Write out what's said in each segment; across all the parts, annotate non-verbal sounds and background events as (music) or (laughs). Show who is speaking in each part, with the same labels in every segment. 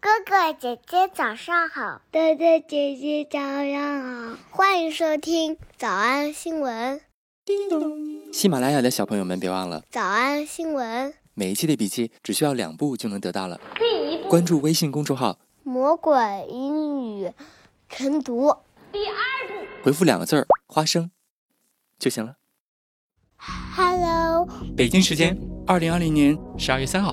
Speaker 1: 哥哥姐姐早上好，
Speaker 2: 哥哥姐姐早上好，
Speaker 3: 欢迎收听早安新闻。
Speaker 2: 叮咚，
Speaker 4: 喜马拉雅的小朋友们别忘了
Speaker 3: 早安新闻，
Speaker 4: 每一期的笔记只需要两步就能得到了。
Speaker 1: 第一步，
Speaker 4: 关注微信公众号，
Speaker 3: 魔鬼英语晨读。
Speaker 1: 第二步，
Speaker 4: 回复两个字儿“花生”就行了。
Speaker 3: Hello，
Speaker 4: 北京时间二零二零年十二月三号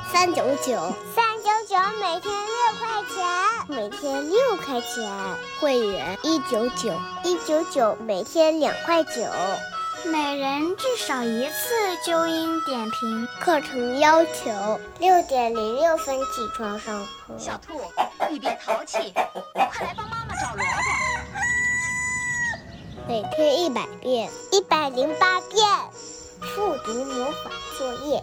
Speaker 3: 三九九，
Speaker 1: 三九九每天六块钱
Speaker 3: 每天六块钱；会员一九九，一九九每天两块九。》，
Speaker 1: 每人至少一次纠音点评。
Speaker 3: 课程要求六点零六分起床上课。
Speaker 5: 小兔，你别淘气，快来帮妈妈找萝卜。
Speaker 3: 每天一百遍，一百零八遍。复读模仿作业，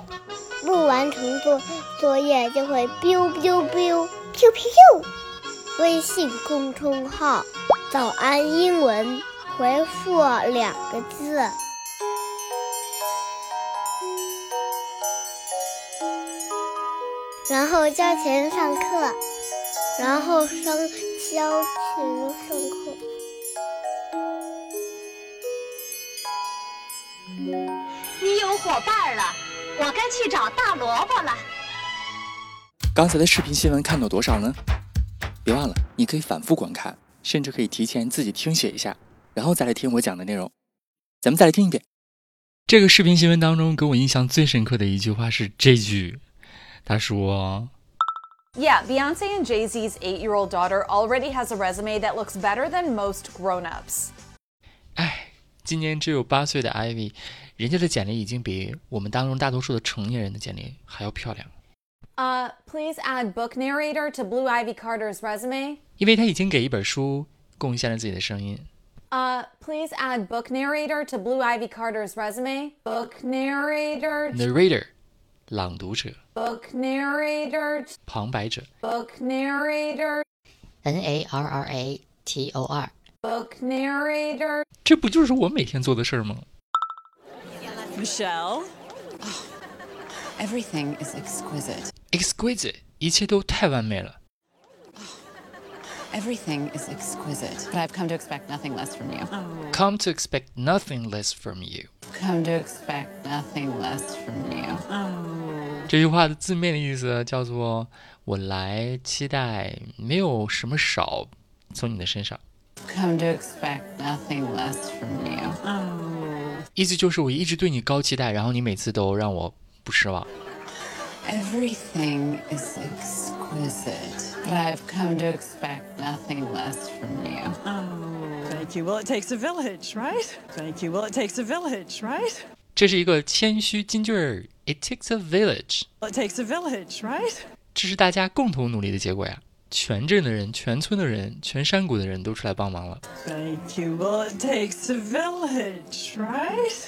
Speaker 3: 不完成作作业就会 biu biu biu biu biu。微信公众号“早安英文”，回复两个字。然后交钱上课，然后上交钱上课。
Speaker 5: 你有伙伴了，我该去找大萝卜了。
Speaker 4: 刚才的视频新闻看到多少呢？别忘了，你可以反复观看，甚至可以提前自己听写一下，然后再来听我讲的内容。咱们再来听一遍。这个视频新闻当中，给我印象最深刻的一句话是这句，他说
Speaker 6: Yeah, Beyonce and Jay Z's eight year old daughter already has a resume that looks better than most grown ups.：“
Speaker 4: 哎，今年只有八岁的 Ivy，人家的简历已经比我们当中大多数的成年人的简历还要漂亮，
Speaker 6: Uh, please add book narrator to Blue Ivy Carter's resume.
Speaker 4: 因为她已经给一本书贡献了自己的声音。
Speaker 6: Uh, please add book narrator to Blue Ivy Carter's resume. Book narrator,
Speaker 4: Narrator，朗读者、
Speaker 6: book narrator,
Speaker 4: 旁白者。
Speaker 6: book narrator,
Speaker 7: N A R R A T O R。
Speaker 6: book narrator.
Speaker 4: 这不就是我每天做的事儿吗？
Speaker 8: Michelle? everything is exquisite.
Speaker 4: exquisite，一切都太完美了。
Speaker 8: Everything is exquisite. But I've come to expect nothing less from you.
Speaker 4: Come to expect nothing less from you。
Speaker 8: Come to expect nothing less from you.
Speaker 4: 这句话的字面的意思叫做“我来期待没有什么少从你的身上
Speaker 8: Come to expect nothing less from you. ”，
Speaker 4: 意思就是我一直对你高期待，然后你每次都让我不失望。
Speaker 8: Everything is exquisite. But I've come to expect nothing less from you.
Speaker 9: Thank you. Well, it takes a village, right? Thank you. Well, it takes a village, right?
Speaker 4: 这是一个谦虚金句儿，It takes a village，
Speaker 9: Well, it takes a village, right?
Speaker 4: 这是大家共同努力的结果呀。全镇的人、全村的人、全山谷的人都出来帮忙了。
Speaker 9: Thank you. Well, it takes a village, right?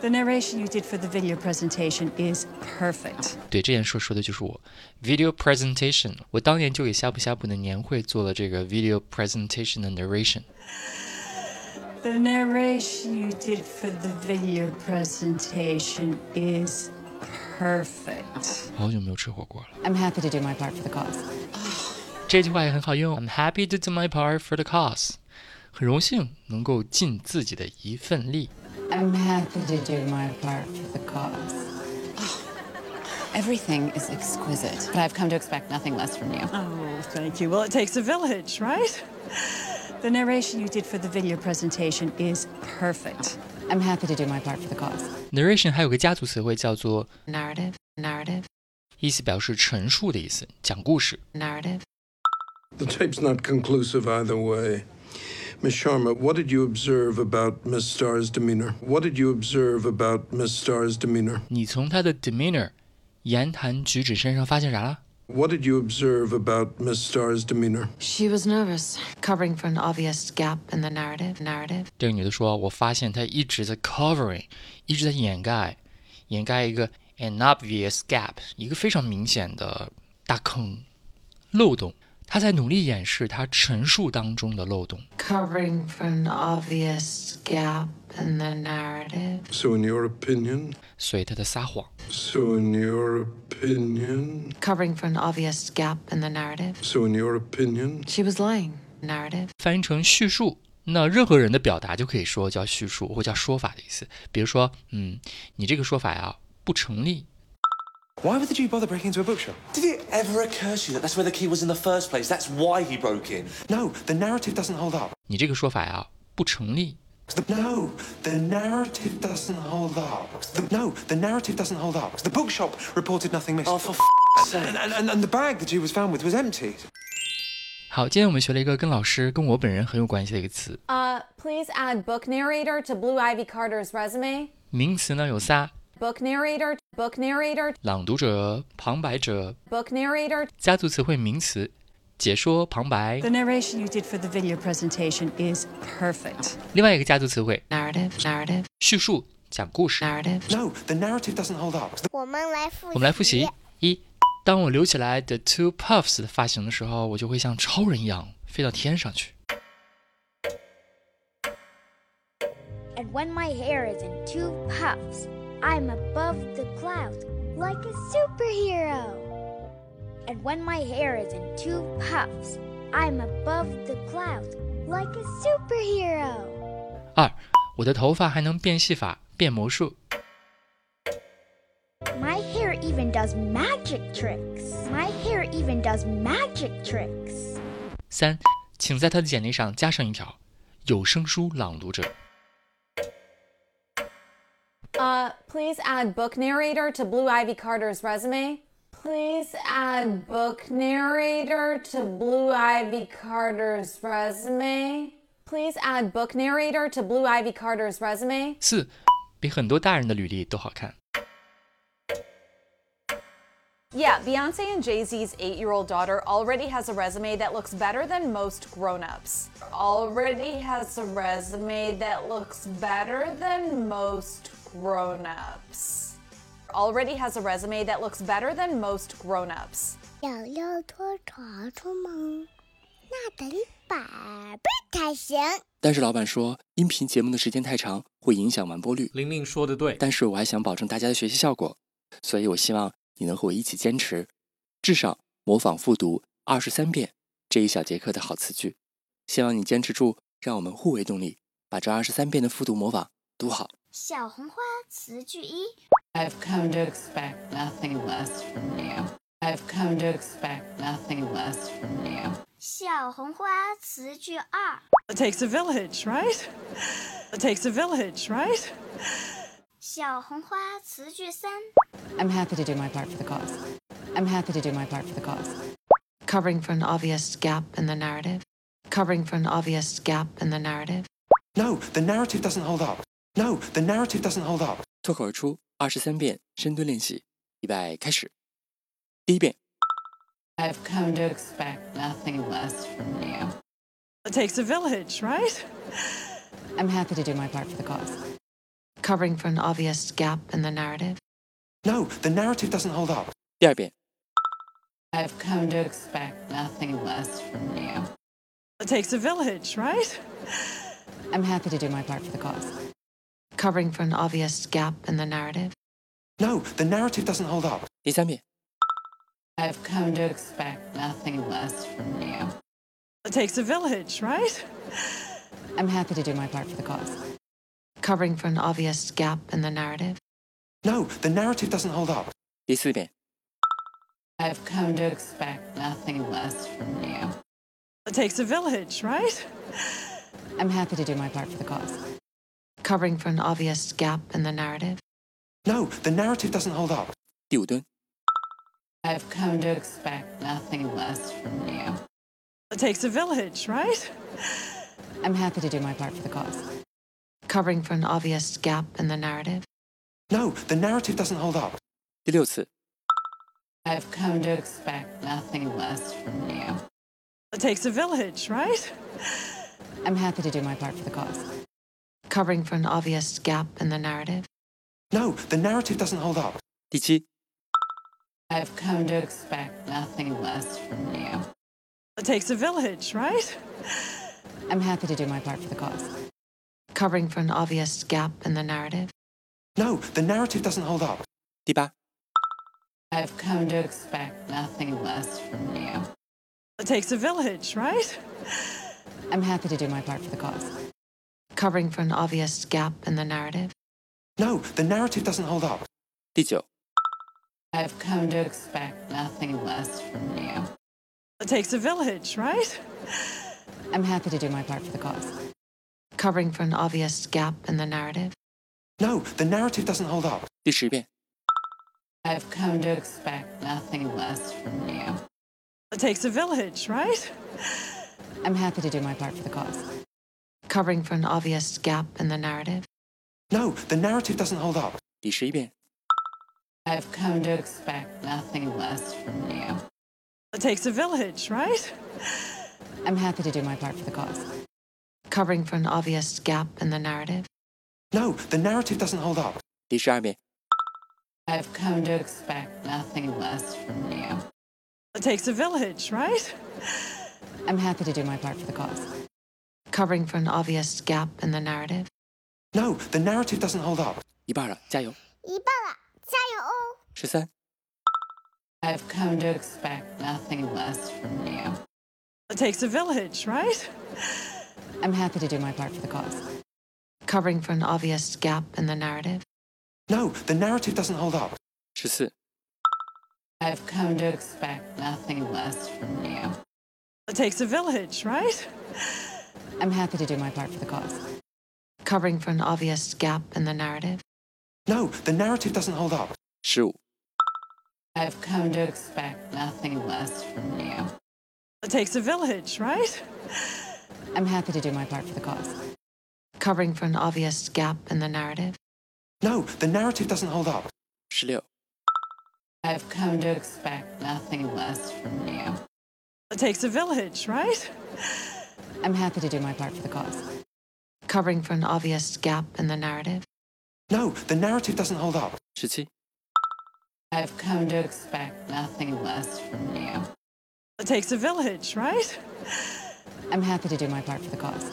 Speaker 10: The narration you did for the video presentation is perfect.
Speaker 4: 对，这件事说的就是我。Video presentation，我当年就给呷哺呷哺的年会做了这个 video presentation 的 narration。
Speaker 9: The narration you did for the video presentation is perfect.
Speaker 4: 好久没有吃火锅了。
Speaker 8: I'm happy to do my part for the cause.
Speaker 4: 这句话也很好用。I'm happy to do my part for the cause，很荣幸能够尽自己的一份力。
Speaker 8: I'm happy to do my part for the cause. Everything is exquisite, but I've come to expect nothing less from you.
Speaker 9: Oh, thank you. Well, it takes a village, right?
Speaker 10: The narration you did for the video presentation is perfect.
Speaker 8: I'm happy to do my part for the cause.
Speaker 4: Narration 还有个家族词汇叫做，
Speaker 7: Narrative, narrative,
Speaker 4: 意思表示陈述的意思，讲故事。
Speaker 7: narrative.
Speaker 11: The tape's not conclusive either way. Miss Sharma, what did you observe about Miss Starr's demeanor? What did you observe about Miss Starr's demeanor?
Speaker 4: 你从他的 demeanor，言谈举止身上发现啥了？
Speaker 11: What did you observe about Miss Starr's demeanor?
Speaker 7: She was nervous, covering for an obvious gap in the narrative. Narrative.
Speaker 4: 这个女的说：“我发现她一直在 covering，一直在掩盖，掩盖一个 an obvious gap，一个非常明显的大坑、漏洞。她在努力掩饰她陈述当中的漏洞。
Speaker 7: Covering for an obvious gap in the narrative.
Speaker 11: So, in your opinion?
Speaker 4: 所以她在撒谎。
Speaker 11: So, in your opinion?
Speaker 7: Covering for an obvious gap in the narrative.
Speaker 11: So, in your opinion?
Speaker 7: She was lying. Narrative.
Speaker 4: 翻译成叙述，那任何人的表达就可以说叫叙述或叫说法的意思。比如说，嗯，你这个说法呀不成立。
Speaker 12: Why would the Jew bother breaking into a bookshop? Did it ever occur to you that that's where the key was in the first place? That's why he broke in. No, the narrative doesn't hold up.
Speaker 4: 你这个说法呀不成立。
Speaker 12: The- no, the narrative doesn't hold up. The- no, the narrative doesn't hold up. The bookshop reported nothing missing. Oh, for f- sake. And, and, and the bag the Jew was found with was empty.
Speaker 4: 好，今天我们学了一个跟老师跟我本人很有关系的一个词，
Speaker 6: Uh, please add book narrator to Blue Ivy Carter's resume.
Speaker 4: 名词呢有仨：
Speaker 6: Book narrator, book narrator,
Speaker 4: 朗读者、旁白者、
Speaker 6: book narrator.
Speaker 4: 家族词汇名词、解说旁白
Speaker 10: The，narration you did for the video presentation is perfect.
Speaker 4: 另外一个家族词汇
Speaker 7: Narrative. Narrative.
Speaker 4: 叙述、讲故事。
Speaker 12: No, the narrative doesn't hold up. The-
Speaker 3: 我们来复
Speaker 4: 我们来复习：一，当我留起来 the two puffs 的发型的时候，我就会像超人一样飞到天上去。
Speaker 13: And when my hair is in two puffs, I'm above the clouds like a superhero. And when my hair is in two puffs, I'm above the clouds like a superhero.
Speaker 4: 二，我的头发还能变戏法、变魔术。
Speaker 13: My hair even does magic tricks. My hair even does magic tricks.
Speaker 4: 三，请在他的简历上加上一条：有声书朗读者。
Speaker 6: Uh, please add book narrator to Blue Ivy Carter's resume. Please add book narrator to Blue Ivy Carter's resume. Please add book narrator to Blue Ivy Carter's resume.
Speaker 4: 四，比很多大人的履历都好看。
Speaker 6: Yeah, Beyonce and Jay Z's eight year old daughter already has a resume that looks better than most grown ups. Already has a resume that looks better than most grown ups. Already has a resume that looks better than most grown ups.
Speaker 1: 脚要拖床床吗？
Speaker 3: 那等宝贝才行。
Speaker 4: 但是老板说，音频节目的时间太长，会影响完播率。
Speaker 14: 玲玲说的对，
Speaker 4: 但是我还想保证大家的学习效果，所以我希望你能和我一起坚持，至少模仿复读二十三遍这一小节课的好词句。希望你坚持住，让我们互为动力，把这二十三遍的复读模仿读好。
Speaker 13: 小红花词句一。
Speaker 8: I've come to expect nothing less from you. I've come to expect nothing less from you.
Speaker 13: 小红花词句二。
Speaker 9: It takes a village, right? It takes a village, right?
Speaker 13: 小红花词句三。
Speaker 8: I'm happy to do my part for the cause.
Speaker 7: I'm happy to do my part for the cause. Covering for an obvious gap in the narrative. Covering for an obvious gap in the narrative.
Speaker 12: No, the narrative doesn't hold up. No, the narrative doesn't hold up.
Speaker 4: 脱口而出二十三遍深蹲练习，预备开始。第一遍，
Speaker 8: I've come to expect nothing less from you.
Speaker 9: It takes a village, right?
Speaker 7: I'm happy to do my part for the cause. Covering for an obvious gap in the narrative.
Speaker 12: No, the narrative doesn't hold up.
Speaker 4: 第二遍，
Speaker 8: I've come to expect nothing less from you.
Speaker 9: It takes a village, right?
Speaker 7: I'm happy to do my part for the cause. Covering for an obvious gap in the narrative.
Speaker 12: No, the narrative doesn't hold up.
Speaker 4: 第三遍，
Speaker 8: I've come to expect nothing less from you.
Speaker 9: It takes a village, right? (laughs)
Speaker 7: I'm happy to do my part for the cause. Covering for an obvious gap in the narrative.
Speaker 12: No, the narrative doesn't hold up.
Speaker 4: 第四遍，
Speaker 8: I've come to expect nothing less from you.
Speaker 9: It takes a village, right? (laughs)
Speaker 7: I'm happy to do my part for the cause. Covering for an obvious gap in the narrative.
Speaker 12: No, the narrative doesn't hold up.
Speaker 4: 第五蹲，
Speaker 8: I've come to expect nothing less from you.
Speaker 9: It takes a village, right? (laughs)
Speaker 7: I'm happy to do my part for the cause. Covering for an obvious gap in the narrative.
Speaker 12: No, the narrative doesn't hold up.
Speaker 4: 第六次，
Speaker 8: I've come to expect nothing less from you.
Speaker 9: It takes a village, right?
Speaker 7: I'm happy to do my part for the cause. Covering for an obvious gap in the narrative.
Speaker 12: No, the narrative doesn't hold up.
Speaker 4: 第七，
Speaker 8: I've come to expect nothing less from you.
Speaker 9: It takes a village, right?
Speaker 7: I'm happy to do my part for the cause. Covering for an obvious gap in the narrative.
Speaker 12: No, the narrative doesn't hold up.
Speaker 4: 第八，
Speaker 8: I've come to expect nothing less from you.
Speaker 9: It takes a village, right?
Speaker 7: I'm happy to do my part for the cause. Covering for an obvious gap in the narrative.
Speaker 12: No, the narrative doesn't hold up.
Speaker 4: 第九，
Speaker 8: I've come to expect nothing less from you.
Speaker 9: It takes a village, right?
Speaker 7: I'm happy to do my part for the cause. Covering for an obvious gap in the narrative.
Speaker 12: No, the narrative doesn't hold up.
Speaker 4: 第十遍，
Speaker 8: I've come to expect nothing less from you.
Speaker 9: It takes a village, right?
Speaker 7: I'm happy to do my part for the cause. Covering for an obvious gap in the narrative.
Speaker 12: No, the narrative doesn't hold up.
Speaker 4: 第十一遍，
Speaker 8: I've come to expect nothing less from you.
Speaker 9: It takes a village, right?
Speaker 7: I'm happy to do my part for the cause. Covering for an obvious gap in the narrative.
Speaker 12: No, the narrative doesn't hold up.
Speaker 4: 第十二遍，
Speaker 8: I've come to expect nothing less from you.
Speaker 9: It takes a village, right?
Speaker 7: I'm happy to do my part for the cause. Covering for an obvious gap in the narrative.
Speaker 12: No, the narrative doesn't hold up.
Speaker 4: 一半了，加油！
Speaker 3: 一半了，加油哦！
Speaker 4: 十三、
Speaker 8: I've come to expect nothing less from you.
Speaker 9: It takes a village, right?
Speaker 7: I'm happy to do my part for the cause. Covering for an obvious gap in the narrative.
Speaker 12: No, the narrative doesn't hold up.
Speaker 4: 十四、
Speaker 8: I've come to expect nothing less from you.
Speaker 9: It takes a village, right?
Speaker 7: I'm happy to do my part for the cause. Covering for an obvious gap in the narrative.
Speaker 12: No, the narrative doesn't hold up.
Speaker 4: 十五、
Speaker 8: I've come to expect nothing less from you.
Speaker 9: It takes a village, right?
Speaker 7: I'm happy to do my part for the cause. Covering for an obvious gap in the narrative.
Speaker 12: No, the narrative doesn't hold up.
Speaker 4: 十六、
Speaker 8: I've come to expect nothing less from you.
Speaker 9: It takes a village, right?
Speaker 7: I'm happy to do my part for the cause. Covering for an obvious gap in the narrative.
Speaker 12: No, the narrative doesn't hold up.
Speaker 4: 十七、
Speaker 8: I've come to expect nothing less from you.
Speaker 9: It takes a village, right?
Speaker 7: I'm happy to do my part for the cause.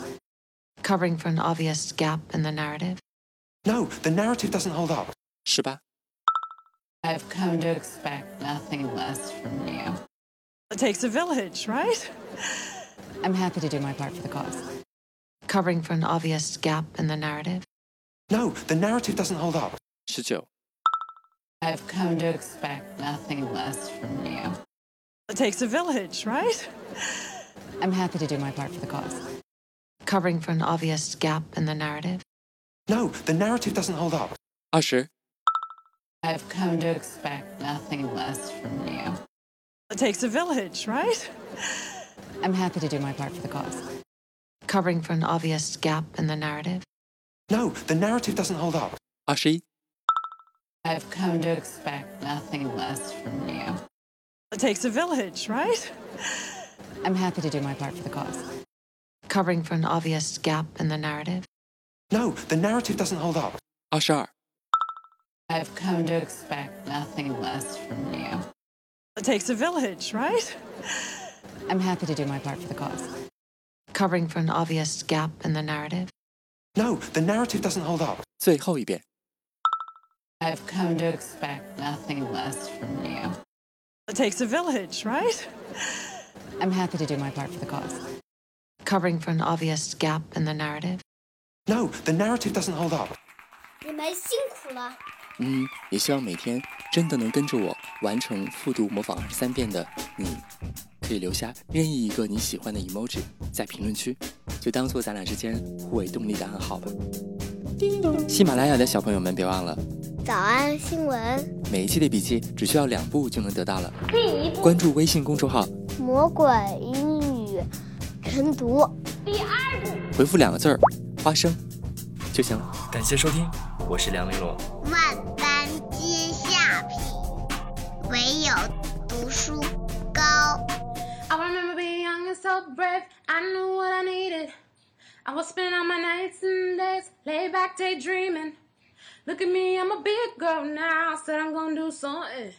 Speaker 7: Covering for an obvious gap in the narrative.
Speaker 12: No, the narrative doesn't hold up.
Speaker 4: 十八、
Speaker 8: I've come to expect nothing less from you.
Speaker 9: It takes a village, right?
Speaker 7: I'm happy to do my part for the cause. Covering for an obvious gap in the narrative.
Speaker 12: No, the narrative doesn't hold up.
Speaker 4: 十九、
Speaker 8: I've come to expect nothing less from you.
Speaker 9: It takes a village, right?
Speaker 7: I'm happy to do my part for the cause. Covering for an obvious gap in the narrative.
Speaker 12: No, the narrative doesn't hold up.
Speaker 4: 二十、
Speaker 8: I've come to expect nothing less from you.
Speaker 9: It takes a village, right?
Speaker 7: I'm happy to do my part for the cause. Covering for an obvious gap in the narrative.
Speaker 12: No, the narrative doesn't hold up.
Speaker 4: 二十一、
Speaker 8: I've come to expect nothing less from you.
Speaker 9: It takes a village, right?
Speaker 7: I'm happy to do my part for the cause. Covering for an obvious gap in the narrative.
Speaker 12: No, the narrative doesn't hold up.
Speaker 4: 二十二、
Speaker 8: I've come to expect nothing less from you.
Speaker 9: It takes a village, right?
Speaker 7: I'm happy to do my part for the cause. Covering for an obvious gap in the narrative.
Speaker 12: No, the narrative doesn't hold up.
Speaker 4: 最后一遍。
Speaker 8: I've come to expect nothing less from you.
Speaker 9: It takes a village, right?
Speaker 7: I'm happy to do my part for the cause. Covering for an obvious gap in the narrative.
Speaker 12: No, the narrative doesn't hold up.
Speaker 3: 你们辛苦了，
Speaker 4: 嗯，也希望每天真的能跟着我完成复读模仿二十三遍的你，可以留下任意一个你喜欢的 emoji 在评论区，就当做咱俩之间互为动力的暗号吧。喜马拉雅的小朋友们，别忘了
Speaker 1: 早安新闻，
Speaker 4: 每一期的笔记只需要两步就能得到了。
Speaker 1: 第一步，
Speaker 4: 关注微信公众号，
Speaker 1: 魔鬼英语晨读，第二步，
Speaker 4: 回复两个字儿“花生”就行了。感谢收听，我是梁丽罗。
Speaker 3: 万般皆下品，唯有高。
Speaker 14: I remember being young and so brave. I knew what I needed. I would spend all my nights and days, lay back daydreaming. Look at me, I'm a big girl now. Said I'm gonna do something.